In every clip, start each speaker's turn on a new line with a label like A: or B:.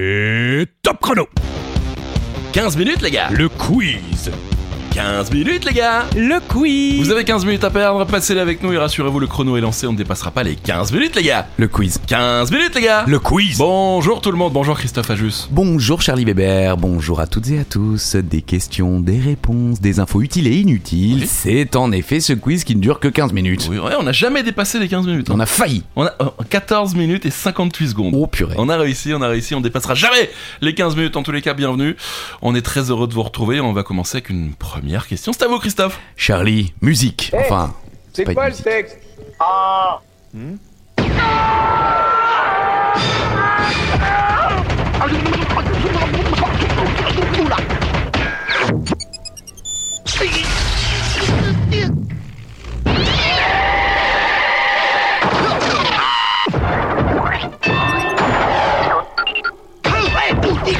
A: Et top chrono
B: 15 minutes, les gars
A: Le quiz
B: 15 minutes, les gars
C: Le quiz
B: Vous avez 15 minutes à perdre, passez-les avec nous et rassurez-vous, le chrono est lancé, on ne dépassera pas les 15 minutes, les gars
C: Le quiz.
B: 15 minutes, les gars
A: Le quiz
B: Bonjour tout le monde, bonjour Christophe Ajus.
C: Bonjour Charlie Weber, bonjour à toutes et à tous. Des questions, des réponses, des infos utiles et inutiles.
B: Oui.
C: C'est en effet ce quiz qui ne dure que 15 minutes.
B: Oui, ouais, on n'a jamais dépassé les 15 minutes. hein.
C: On a failli.
B: On a euh, 14 minutes et 58 secondes.
C: Oh purée.
B: On a réussi, on a réussi, on dépassera jamais les 15 minutes en tous les cas, bienvenue. On est très heureux de vous retrouver, on va commencer avec une première question. C'est à vous Christophe
C: Charlie, musique. Enfin,
D: C'est
C: pas une
D: quoi le
C: musique.
D: texte Ah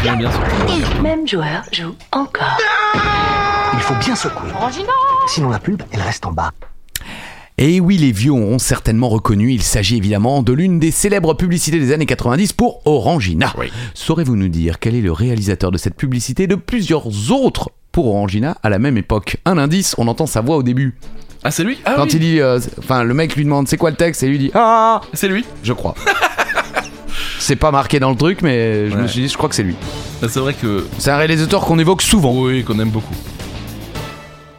B: Bien, bien sûr.
E: Même joueur joue encore.
F: Il faut bien secouer. Sinon la pulpe, elle reste en bas.
C: Et Eh oui, les vieux auront certainement reconnu, il s'agit évidemment de l'une des célèbres publicités des années 90 pour Orangina. Saurez-vous nous dire quel est le réalisateur de cette publicité et de plusieurs autres pour Orangina à la même époque Un indice, on entend sa voix au début.
B: Ah c'est lui Ah
C: Quand
B: oui,
C: il dit, euh, enfin, le mec lui demande c'est quoi le texte et lui dit Ah
B: c'est lui.
C: Je crois. c'est pas marqué dans le truc, mais je
B: Ouais.
C: me suis dit, je crois que c'est lui.
B: Bah, C'est vrai que
C: C'est un réalisateur qu'on évoque souvent.
B: Oui, qu'on aime beaucoup.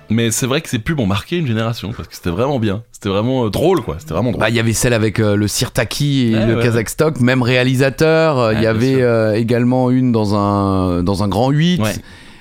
B: Mais c'est vrai que ces pubs ont marqué une génération parce que c'était vraiment bien. C'était vraiment euh, drôle, quoi. C'était vraiment drôle.
C: Bah, il y avait celle avec euh, le Sirtaki et
B: Ouais,
C: le
B: ouais,
C: Kazakhstok, même réalisateur. Euh, Il y
B: Ouais, bien
C: avait
B: sûr.
C: euh, également une dans un, dans un grand 8.
B: Ouais.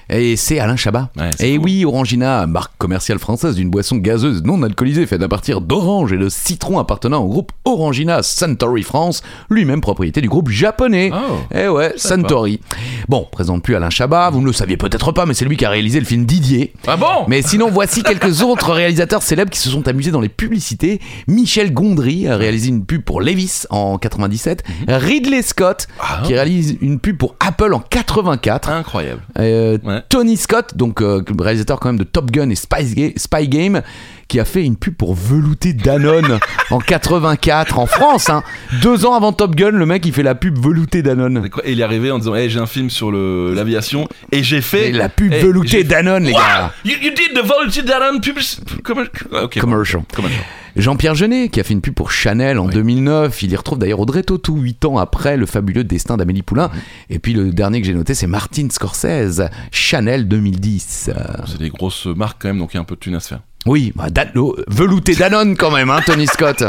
C: Et c'est Alain Chabat.
B: Ouais, c'est
C: et
B: fou.
C: oui, Orangina, marque commerciale française d'une boisson gazeuse non alcoolisée faite à partir d'orange et de citron appartenant au groupe Orangina Suntory France, lui-même propriété du groupe japonais.
B: Oh.
C: Eh ouais,
B: savais pas.
C: Santori. Bon, présente plus Alain Chabat, vous ne le saviez peut-être pas, mais c'est lui qui a réalisé le film Didier.
B: Ah bon
C: Mais sinon, voici quelques autres réalisateurs célèbres qui se sont amusés dans les publicités. Michel Gondry a réalisé une pub pour Levis en 97. Ridley Scott,
B: Mhm. Ah.
C: qui réalise une pub pour Apple en 84.
B: Incroyable.
C: Euh,
B: Ouais.
C: Tony Scott, donc euh, réalisateur quand même de Top Gun et Spy, Ga- Spy Game, qui a fait une pub pour velouté Danone en 84 en France. hein. Deux ans avant Top Gun, le mec il fait la pub velouté Danone.
B: Et quoi, il est arrivé en disant Hey, j'ai un film sur le- l'aviation et j'ai fait.
C: Et la pub
B: Hey,
C: veloutée
B: j'ai-
C: Danone, les
B: Wow
C: gars.
B: you, you did the volunteer Danone public. Comment Ok. bon.
C: Commercial.
B: Comment-
C: Jean-Pierre Jeunet, qui a fait une pub pour Chanel en 2009. Il y retrouve d'ailleurs Audrey Tautou, 8 ans après le fabuleux destin d'Amélie Poulain. Et puis le dernier que j'ai noté, c'est Martin Scorsese, Chanel 2010. Euh,
B: bah, C'est des grosses marques quand même, donc il y a un peu de thunes à se faire.
C: oui, bah, Dan- oh, velouté Danone quand même, hein, Tony Scott.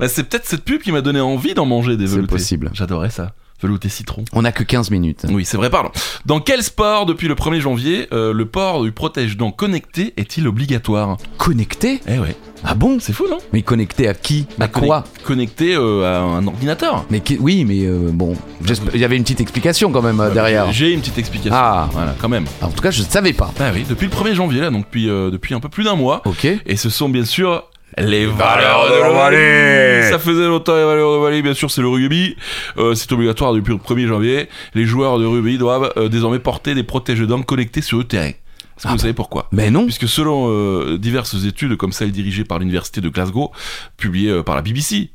B: Bah, c'est peut-être cette pub qui m'a donné envie d'en manger des
C: C'est
B: veloutés.
C: possible.
B: J'adorais ça. Velouté citron.
C: On a que 15 minutes.
B: Oui, c'est vrai, pardon. Dans quel sport, depuis le 1er janvier, euh, le port du protège-dents connecté est-il obligatoire
C: Connecté
B: Eh ouais.
C: Ah bon
B: C'est fou, non
C: Mais connecté à qui À
B: Bah,
C: quoi
B: connec- Connecté euh, à un ordinateur.
C: mais qui- oui, mais euh, bon, j'espère- il y avait une petite explication quand même euh, derrière.
B: J'ai une petite explication.
C: Ah.
B: Voilà, quand même.
C: En tout cas, je ne savais pas.
B: Ah oui, depuis le 1er janvier, là, donc depuis, euh, depuis un peu plus d'un mois.
C: Ok.
B: Et ce sont bien sûr les valeurs de la Wallonie. Ça faisait longtemps les valeurs de la Wallonie, bien sûr, c'est le rugby. Euh, c'est obligatoire depuis le 1er janvier. Les joueurs de rugby doivent euh, désormais porter des protège-dents connectés sur le
C: Ah
B: terrain. Est-ce que
C: bah.
B: vous savez pourquoi
C: Mais non.
B: Puisque selon euh, diverses études, comme celle dirigée par l'université de Glasgow, publiée euh, par la BBC,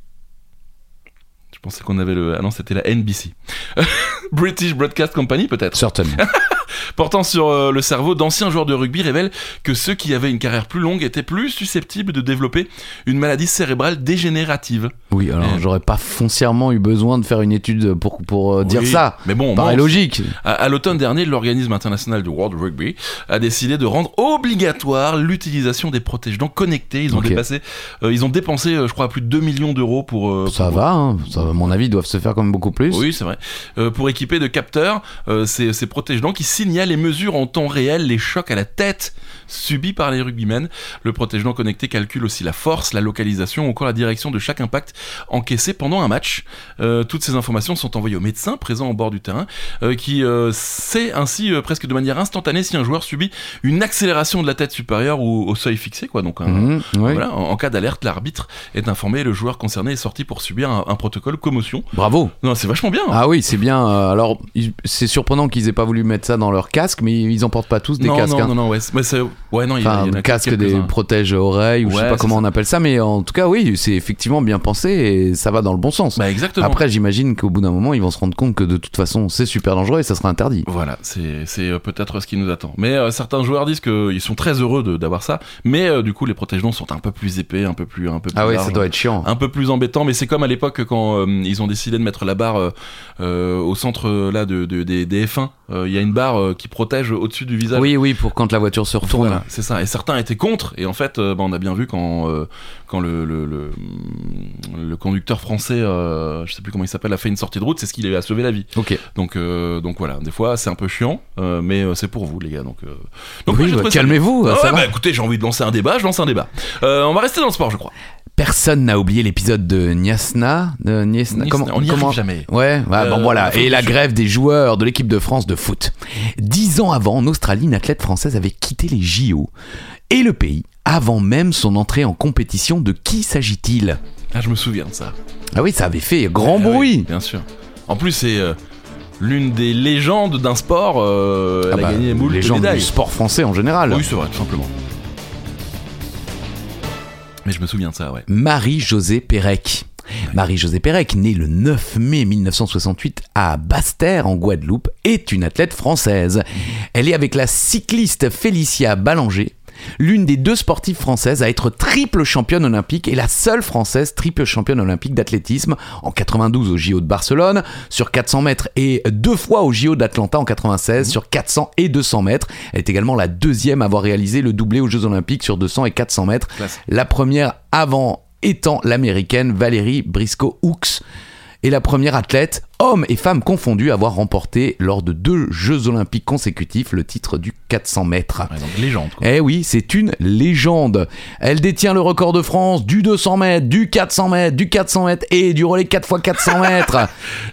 B: je pensais qu'on avait le... Ah non, c'était la NBC. British Broadcast Company peut-être.
C: Certainement.
B: Portant sur euh, le cerveau d'anciens joueurs de rugby révèle que ceux qui avaient une carrière plus longue étaient plus susceptibles de développer une maladie cérébrale dégénérative.
C: Oui, alors
B: Euh.
C: j'aurais pas foncièrement eu besoin de faire une étude pour, pour euh, dire
B: Oui,
C: ça.
B: Mais bon, au moins,
C: Paraît
B: on-
C: logique.
B: À, à l'automne dernier, l'organisme international du World Rugby a décidé de rendre obligatoire l'utilisation des protège-dents connectés. Ils ont
C: Ok.
B: dépassé, euh, ils ont dépensé, euh, je crois, plus de 2 millions d'euros pour. euh,
C: Ça
B: pour-
C: va, hein, ça va, à mon avis, ils doivent se faire quand même beaucoup plus.
B: Oui, c'est vrai. Euh, pour équiper de capteurs euh, ces, ces protège-dents qui signalent et mesurent en temps réel les chocs à la tête subis par les rugbymen. Le protège-dent connecté calcule aussi la force, la localisation ou encore la direction de chaque impact encaissé pendant un match. Euh, toutes ces informations sont envoyées au médecin présent au bord du terrain euh, qui euh, sait ainsi euh, presque de manière instantanée si un joueur subit une accélération de la tête supérieure ou au seuil fixé, quoi. Donc, un-
C: Mhm, oui.
B: Voilà, en, en cas d'alerte, l'arbitre est informé et le joueur concerné est sorti pour subir un, un protocole commotion.
C: Bravo.
B: Non, c'est vachement bien. hein.
C: Ah oui, c'est bien. euh, alors, ils- c'est surprenant qu'ils aient pas voulu mettre ça dans leur leur casque, mais ils en portent pas tous des
B: non,
C: casques.
B: non,
C: hein.
B: non, non, ouais, c'est- ouais, c'est- ouais, non, il y, a-
C: Enfin,
B: il y en a
C: casque
B: quelques-uns.
C: des protège-oreilles, ou je sais
B: Ouais,
C: pas
B: c'est
C: comment
B: ça.
C: on appelle ça, mais en tout cas, oui, c'est effectivement bien pensé et ça va dans le bon sens.
B: Bah exactement.
C: Après, j'imagine qu'au bout d'un moment, ils vont se rendre compte que de toute façon, c'est super dangereux et ça sera interdit.
B: Voilà, c'est c'est, euh, peut-être ce qui nous attend. Mais euh, certains joueurs disent qu'ils sont très heureux de- d'avoir ça, mais euh, du coup les protège-dents sont un peu plus épais, un peu plus un peu plus
C: Ah oui, ça
B: larges.
C: doit être chiant.
B: un peu plus embêtant, mais c'est comme à l'époque quand euh, ils ont décidé de mettre la barre euh, euh, au centre euh, là de, de- des, des F1. Euh, Il y a une barre euh, qui protège au-dessus du visage.
C: Oui, oui, pour quand la voiture se retourne.
B: Voilà, c'est ça. Et certains étaient contre. Et en fait, euh, bah, on a bien vu quand, euh, quand le, le, le, le conducteur français, euh, je sais plus comment il s'appelle, a fait une sortie de route, c'est ce qui lui a sauvé la vie.
C: Ok.
B: Donc, euh, donc voilà, des fois c'est un peu chiant, euh, mais euh, c'est pour vous les gars. Donc, euh, donc moi,
C: oui,
B: j'ai
C: bah,
B: trouvé ça
C: calmez-vous,
B: bien. Ah
C: ça
B: ouais,
C: va.
B: bah, écoutez, j'ai envie de lancer un débat, je lance un débat. Euh, on va rester dans le sport, je crois.
C: Personne n'a oublié l'épisode de Niasna. De Niasna.
B: Nice,
C: Bah, Comment,
B: on n'y
C: comment-
B: arrive jamais.
C: Ouais, bah,
B: Euh,
C: bon voilà.
B: enfin,
C: Et la
B: je-
C: grève des joueurs de l'équipe de France de foot. Dix ans avant, en Australie, une athlète française avait quitté les JO et le pays avant même son entrée en compétition. De qui s'agit-il
B: Ah, je me souviens de ça.
C: Ah oui, ça avait fait grand
B: Ah
C: bruit.
B: oui, bien sûr. En plus, c'est euh, l'une des légendes d'un sport. euh, elle
C: Ah bah,
B: a gagné moult
C: les gens
B: médailles.
C: du sport français en général.
B: Oui, c'est vrai, tout simplement. Mais je me souviens de ça, ouais.
C: Marie-Josée Pérec. Marie-Josée Pérec, née le 9 mai 1968 à Basse-Terre en Guadeloupe, est une athlète française. Elle est avec la cycliste Félicia Ballanger, l'une des deux sportives françaises à être triple championne olympique et la seule française triple championne olympique d'athlétisme en 92 au JO de Barcelone sur 400 mètres et deux fois au JO d'Atlanta en 96 sur 400 et 200 mètres. Elle est également la deuxième à avoir réalisé le doublé aux Jeux olympiques sur 200 et 400 mètres
B: Classe.
C: la première avant étant l'américaine Valérie Briscoe Hooks et la première athlète, hommes et femmes confondus, à avoir remporté lors de deux Jeux olympiques consécutifs le titre du 400 mètres.
B: Ouais, donc légende, quoi.
C: Eh oui, c'est une légende. Elle détient le record de France du 200 mètres, du 400 mètres, du 400 mètres et du relais 4 x 400 mètres.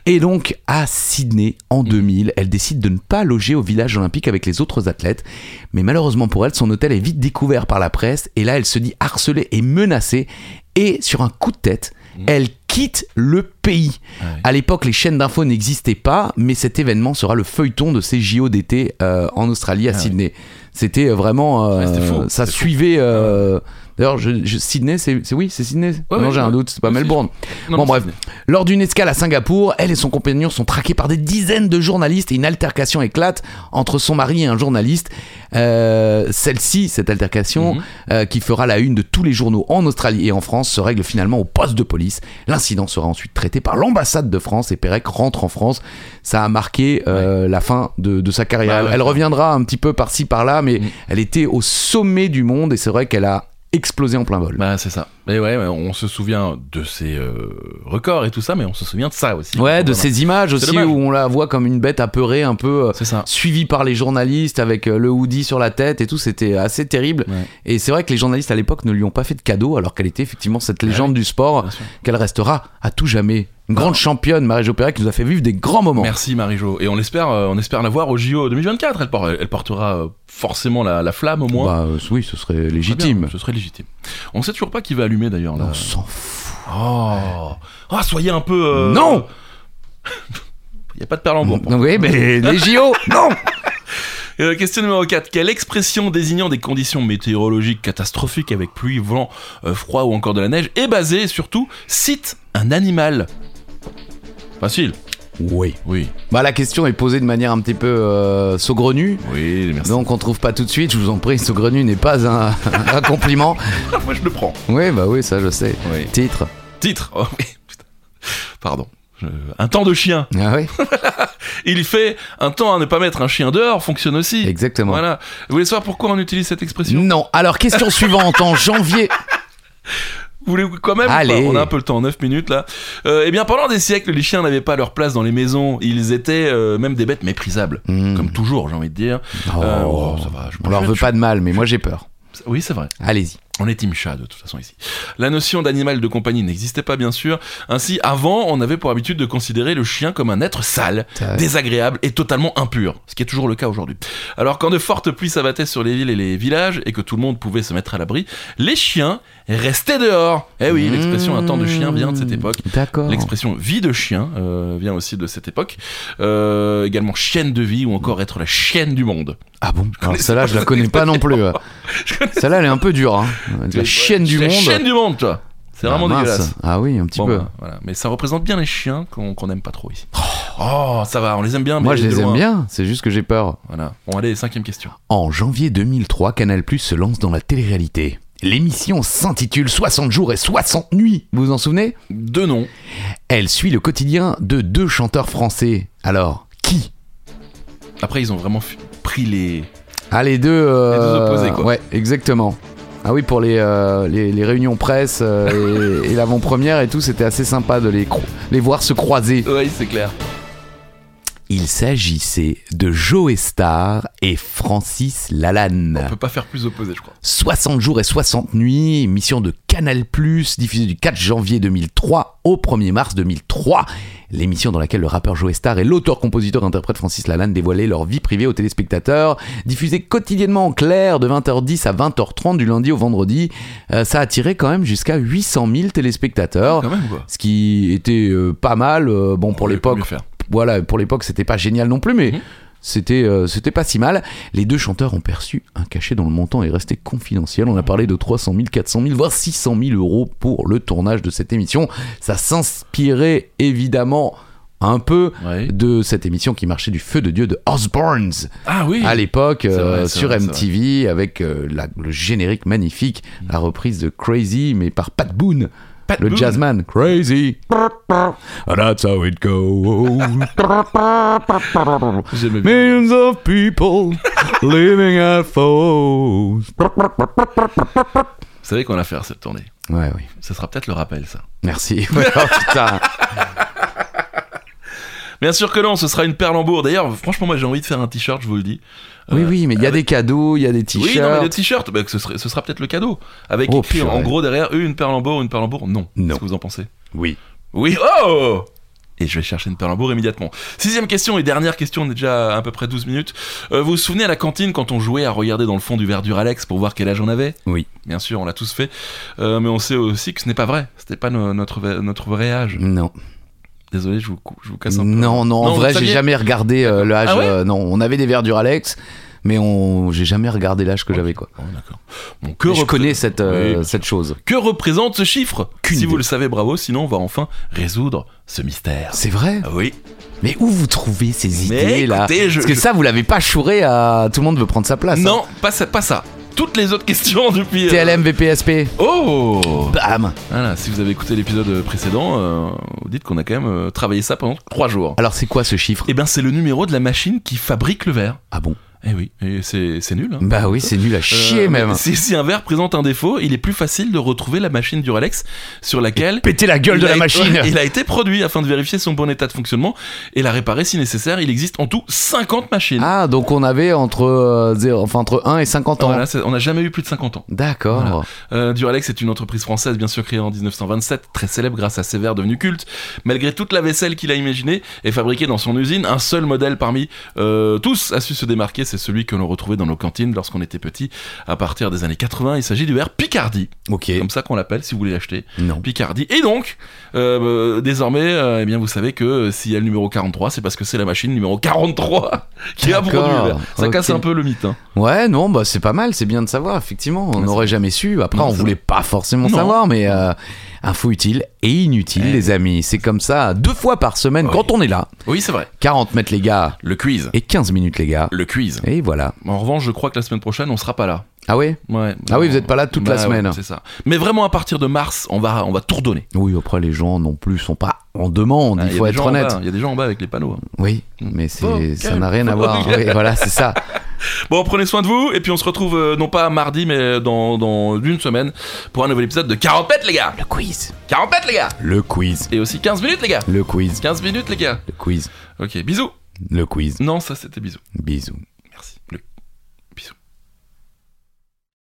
C: et donc, à Sydney, en 2000, elle décide de ne pas loger au village olympique avec les autres athlètes. Mais malheureusement pour elle, son hôtel est vite découvert par la presse. Et là, elle se dit harcelée et menacée. Et sur un coup de tête, elle quitte le pays.
B: Ah oui.
C: À l'époque, les chaînes d'infos n'existaient pas, mais cet événement sera le feuilleton de ces JO d'été euh, en Australie à
B: Ah oui.
C: Sydney. C'était vraiment euh,
B: Ouais, c'était fou,
C: ça
B: c'était
C: suivait. euh, D'ailleurs, je, je- Sydney, c'est c'est- oui, c'est Sydney.
B: Ouais,
C: non,
B: ouais,
C: j'ai un
B: ouais.
C: doute, c'est pas
B: Oui, si,
C: Melbourne.
B: Non,
C: Eh, bon,
B: mais
C: bref. Lors d'une escale à Singapour, elle et son compagnon sont traqués par des dizaines de journalistes et une altercation éclate entre son mari et un journaliste. Euh, Celle-ci, cette altercation,
B: Mhm.
C: euh, qui fera la une de tous les journaux en Australie et en France, se règle finalement au poste de police. L'incident sera ensuite traité par l'ambassade de France et Pérec rentre en France. Ça a marqué euh, la fin de, de sa carrière.
B: Bah ouais,
C: elle, elle
B: clairement.
C: reviendra un petit peu par-ci par-là, mais
B: Mhm.
C: elle était au sommet du monde et c'est vrai qu'elle a explosé en plein vol.
B: Bah c'est ça. Et ouais, ouais, on se souvient de ses euh, records et tout ça, mais on se souvient de ça aussi.
C: Ouais, de
B: Vraiment.
C: ces images
B: C'est
C: aussi
B: dommage.
C: où on la voit comme une bête apeurée, un peu euh,
B: C'est ça.
C: suivie par les journalistes avec euh, le hoodie sur la tête et tout. C'était assez terrible.
B: Ouais.
C: Et c'est vrai que les journalistes à l'époque ne lui ont pas fait de cadeau alors qu'elle était effectivement cette
B: Ah Ouais,
C: légende du sport
B: bien sûr.
C: qu'elle restera à tout jamais. Une grande championne, Marie Jopéra, qui nous a fait vivre des grands moments.
B: Merci Marie-Jo. Et on espère, euh, on espère la voir au JO 2024. Elle, por- elle portera euh, forcément la, la flamme au moins.
C: Bah, euh, oui, ce serait
B: Très bien,
C: légitime.
B: ce serait légitime. On sait toujours pas qui va allumer d'ailleurs. là.
C: On s'en fout.
B: Oh. Oh, soyez un peu. euh,
C: Non
B: Il n'y a pas de perlembour. pour-
C: Oui, mais les JO, non
B: Euh, question numéro 4. Quelle expression désignant des conditions météorologiques catastrophiques avec pluie, vent, euh, froid ou encore de la neige est basée et surtout cite un animal Facile.
C: Oui.
B: Oui.
C: Bah, la question est posée de manière un petit peu euh, saugrenue.
B: Oui, merci.
C: Donc on trouve pas tout de suite, je vous en prie, saugrenu n'est pas un, un compliment.
B: Moi je le prends.
C: Oui, bah oui, ça je sais.
B: Oui.
C: Titre.
B: Titre. Oh, oui, putain. Pardon. Je- Un temps de chien.
C: Ah oui,
B: Il fait un temps à ne pas mettre un chien dehors fonctionne aussi.
C: exactement.
B: Voilà. Vous voulez savoir pourquoi on utilise cette expression
C: Non, alors question suivante, en janvier...
B: Vous voulez quand même ou pas
C: Allez.
B: On a un peu le temps, 9 minutes là. Euh, eh bien, pendant des siècles, les chiens n'avaient pas leur place dans les maisons. Ils étaient euh, même des bêtes méprisables.
C: Hmm.
B: Comme toujours, j'ai envie de dire.
C: Oh,
B: Euh, oh, ça va, je
C: on leur
B: je-
C: veut
B: je-
C: pas de mal, mais moi j'ai peur.
B: Oui, c'est vrai.
C: Allez-y.
B: On est team chat de toute façon ici. La notion d'animal de compagnie n'existait pas bien sûr. Ainsi, avant, on avait pour habitude de considérer le chien comme un être sale,
C: Ça-
B: désagréable et totalement impur, ce qui est toujours le cas aujourd'hui. Alors quand de fortes pluies abattaient sur les villes et les villages et que tout le monde pouvait se mettre à l'abri, les chiens restaient dehors. Eh
C: Mmh.
B: oui, l'expression un temps de chien vient de cette époque.
C: Hmm. D'accord.
B: L'expression vie de chien euh, vient aussi de cette époque. Euh, également chienne de vie ou encore être la chienne du monde.
C: Ah bon Alors
B: connais
C: celle-là,
B: pas
C: je la
B: cette
C: connais pas non plus. euh.
B: Je connais-
C: Celle-là, elle est un peu dure. hein. La chienne du
B: la
C: monde.
B: chienne du monde, toi. C'est vraiment
C: Ah, mince.
B: dégueulasse.
C: Ah oui, un petit
B: Bon,
C: peu.
B: bah, voilà. Mais ça représente bien les chiens qu'on qu'on aime pas trop ici. Oh, ça va, on les aime bien.
C: Moi,
B: mais
C: je
B: de
C: les aime
B: loin.
C: bien. C'est juste que j'ai peur.
B: Voilà. Bon, allez, cinquième question.
C: En janvier 2003, Canal Plus se lance dans la télé-réalité. L'émission s'intitule 60 jours et 60 nuits. Vous vous en souvenez
B: Deux noms.
C: Elle suit le quotidien de deux chanteurs français. Alors, qui
B: Après, ils ont vraiment fi- pris les.
C: Ah, les deux. euh,
B: Les deux opposés, quoi.
C: Ouais, exactement. Ah oui, pour les, euh, les, les réunions presse euh, et, et l'avant-première et tout, c'était assez sympa de les, cro- les voir se croiser.
B: Oui, c'est clair.
C: Il s'agissait de Joe Star et Francis Lalanne.
B: On peut pas faire plus opposé, je crois.
C: 60 jours et 60 nuits, émission de Canal+, diffusée du 4 janvier 2003 au 1er mars 2003. L'émission dans laquelle le rappeur Joe Star et l'auteur-compositeur-interprète Francis Lalanne dévoilaient leur vie privée aux téléspectateurs, diffusée quotidiennement en clair de 20h10 à 20h30 du lundi au vendredi. Euh, ça attirait quand même jusqu'à 800 000 téléspectateurs.
B: Ah Quand même, quoi.
C: Ce qui était euh, pas mal, euh, bon pour
B: On peut
C: l'époque,
B: mieux faire.
C: voilà, pour l'époque, c'était pas génial non plus, mais
B: Mhm.
C: c'était euh, c'était pas si mal. Les deux chanteurs ont perçu un cachet dont le montant est resté confidentiel. On a parlé de 300 000, 400 000, voire 600 000 euros pour le tournage de cette émission. Ça s'inspirait évidemment un peu
B: Ouais.
C: de cette émission qui marchait du feu de Dieu de Osbournes
B: Ah oui.
C: à l'époque
B: C'est vrai,
C: euh,
B: c'est
C: sur
B: vrai, c'est Mmh.
C: MTV avec euh, la- le générique magnifique, la reprise de Crazy mais par Pat Boone.
B: Pat
C: le
B: Boone.
C: jazzman Crazy. That's how it goes.
B: J'aimais bien.
C: Millions of people living at those.
B: Vous savez qu'on va faire cette tournée.
C: Ouais, oui.
B: Ce sera peut-être le rappel, ça.
C: Merci. Oh, putain.
B: Bien sûr que non, ce sera une perle en bourre. D'ailleurs, franchement, moi, j'ai envie de faire un t-shirt, je vous le dis.
C: Oui,
B: Euh,
C: Ah oui, mais il y a des cadeaux, il y a des
B: Oui, non, mais le
C: t-shirts.
B: t-shirt, bah, ce, serait- ce sera peut-être le cadeau. Avec
C: Oh,
B: écrit en
C: purée.
B: gros derrière eux, une perle en bourre, une perle en bourre. Non.
C: Non.
B: Qu'est-ce que vous en pensez
C: Oui.
B: Oui, oh Et je vais chercher une perle en bourre immédiatement. Sixième question et dernière question, on est déjà à, à peu près 12 minutes. Euh, vous vous souvenez à la cantine quand on jouait à regarder dans le fond du verre du Alex pour voir quel âge on avait
C: Oui.
B: Bien sûr, on l'a tous fait. Euh, mais on sait aussi que ce n'est pas vrai. C'était pas no- notre, vrai- notre vrai âge.
C: Non.
B: Désolé, je vous, cou- je vous casse un peu.
C: Non, non, en
B: vous
C: vrai,
B: le
C: j'ai
B: saviez
C: jamais regardé euh, le âge.
B: Ah ouais
C: euh, non, on avait des verdures Alex, mais on, j'ai jamais regardé l'âge que j'avais, quoi.
B: Oh, d'accord. Bon, que,
C: Mais je
B: repré-
C: connais cette,
B: Oui,
C: euh,
B: bien
C: cette chose.
B: que représente ce chiffre Si
C: Qu'une idée.
B: vous le savez, bravo, sinon on va enfin résoudre ce mystère.
C: C'est vrai
B: Ah Oui.
C: Mais où vous trouvez ces
B: Mais
C: idées, là
B: écoutez, je-
C: Parce que
B: je-
C: ça, vous l'avez pas chouré à... Tout le monde veut prendre sa place. hein.
B: non, pas ça, pas ça. Toutes les autres questions depuis. euh,
C: TLM, VPSP.
B: Oh
C: Bam
B: Voilà, si vous avez écouté l'épisode précédent, euh, vous dites qu'on a quand même euh, travaillé ça pendant trois jours.
C: Alors, c'est quoi ce chiffre
B: Eh ben, c'est le numéro de la machine qui fabrique le verre.
C: Ah bon
B: Eh oui, et c'est c'est nul. hein.
C: Bah oui, c'est nul à chier,
B: Euh,
C: même.
B: mais Si, si un verre présente un défaut, il est plus facile de retrouver la machine Duralex sur laquelle
C: Pétez la gueule
B: il
C: de
B: a
C: la
B: été-
C: machine
B: il a été produit afin de vérifier son bon état de fonctionnement et la réparer si nécessaire. Il existe en tout 50 machines.
C: Ah, donc on avait entre, euh, zéro- enfin, entre 1 et 50 ans.
B: Voilà, c'est- on n'a jamais eu plus de 50 ans.
C: D'accord.
B: Voilà. Euh, Duralex est une entreprise française bien sûr créée en 1927, très célèbre grâce à ses verres devenus cultes. Malgré toute la vaisselle qu'il a imaginée et fabriquée dans son usine, un seul modèle parmi euh, tous a su se démarquer, c'est celui que l'on retrouvait dans nos cantines lorsqu'on était petit. À partir des années 80, il s'agit du verre Picardie,
C: Ok.
B: comme ça qu'on l'appelle si vous voulez l'acheter.
C: Non.
B: Picardie. Et donc, euh, euh, désormais, euh, eh bien, vous savez que euh, s'il y a le numéro 43, c'est parce que c'est la machine numéro 43 qui a produit.
C: D'accord,
B: le verre. Ça
C: ok.
B: casse un peu le mythe. hein.
C: Ouais, non, bah c'est pas mal, c'est bien de savoir, effectivement. On
B: Ouais,
C: n'aurait jamais su. Après,
B: Non,
C: on
B: c'est
C: voulait pas forcément
B: Non.
C: savoir, mais euh, info utile et inutile,
B: Eh.
C: les amis. C'est comme ça, deux fois par semaine,
B: Oui.
C: quand on est là.
B: Oui, c'est vrai.
C: 40 mètres, les gars,
B: Le quiz.
C: et 15 minutes, les gars.
B: Le quiz.
C: Et voilà.
B: En revanche, je crois que la semaine prochaine, on sera pas là.
C: Ah ouais
B: Ouais.
C: Ah oui, vous êtes pas là toute la
B: Bah ouais,
C: semaine.
B: c'est ça. Mais vraiment, à partir de mars, on va, on va tout redonner.
C: Oui, après, les gens non plus sont pas en demande,
B: Ah,
C: il
B: y a
C: faut
B: des
C: être
B: gens en
C: honnête.
B: bas, Il y a des gens en bas avec les panneaux. hein.
C: Oui, mais c'est
B: Bon,
C: ça n'a rien à
B: bon,
C: voir.
B: gars.
C: Oui, voilà, c'est ça.
B: Bon, prenez soin de vous. Et puis, on se retrouve euh, non pas mardi, mais dans, dans une semaine pour un nouvel épisode de 40 mètres, les gars.
C: Le quiz.
B: 40 mètres, les gars.
C: Le quiz.
B: Et aussi 15 minutes, les gars.
C: Le quiz.
B: 15 minutes, les gars.
C: Le quiz.
B: Ok, bisous.
C: Le quiz.
B: Non, ça, c'était bisous.
C: Bisous.
B: Merci. Le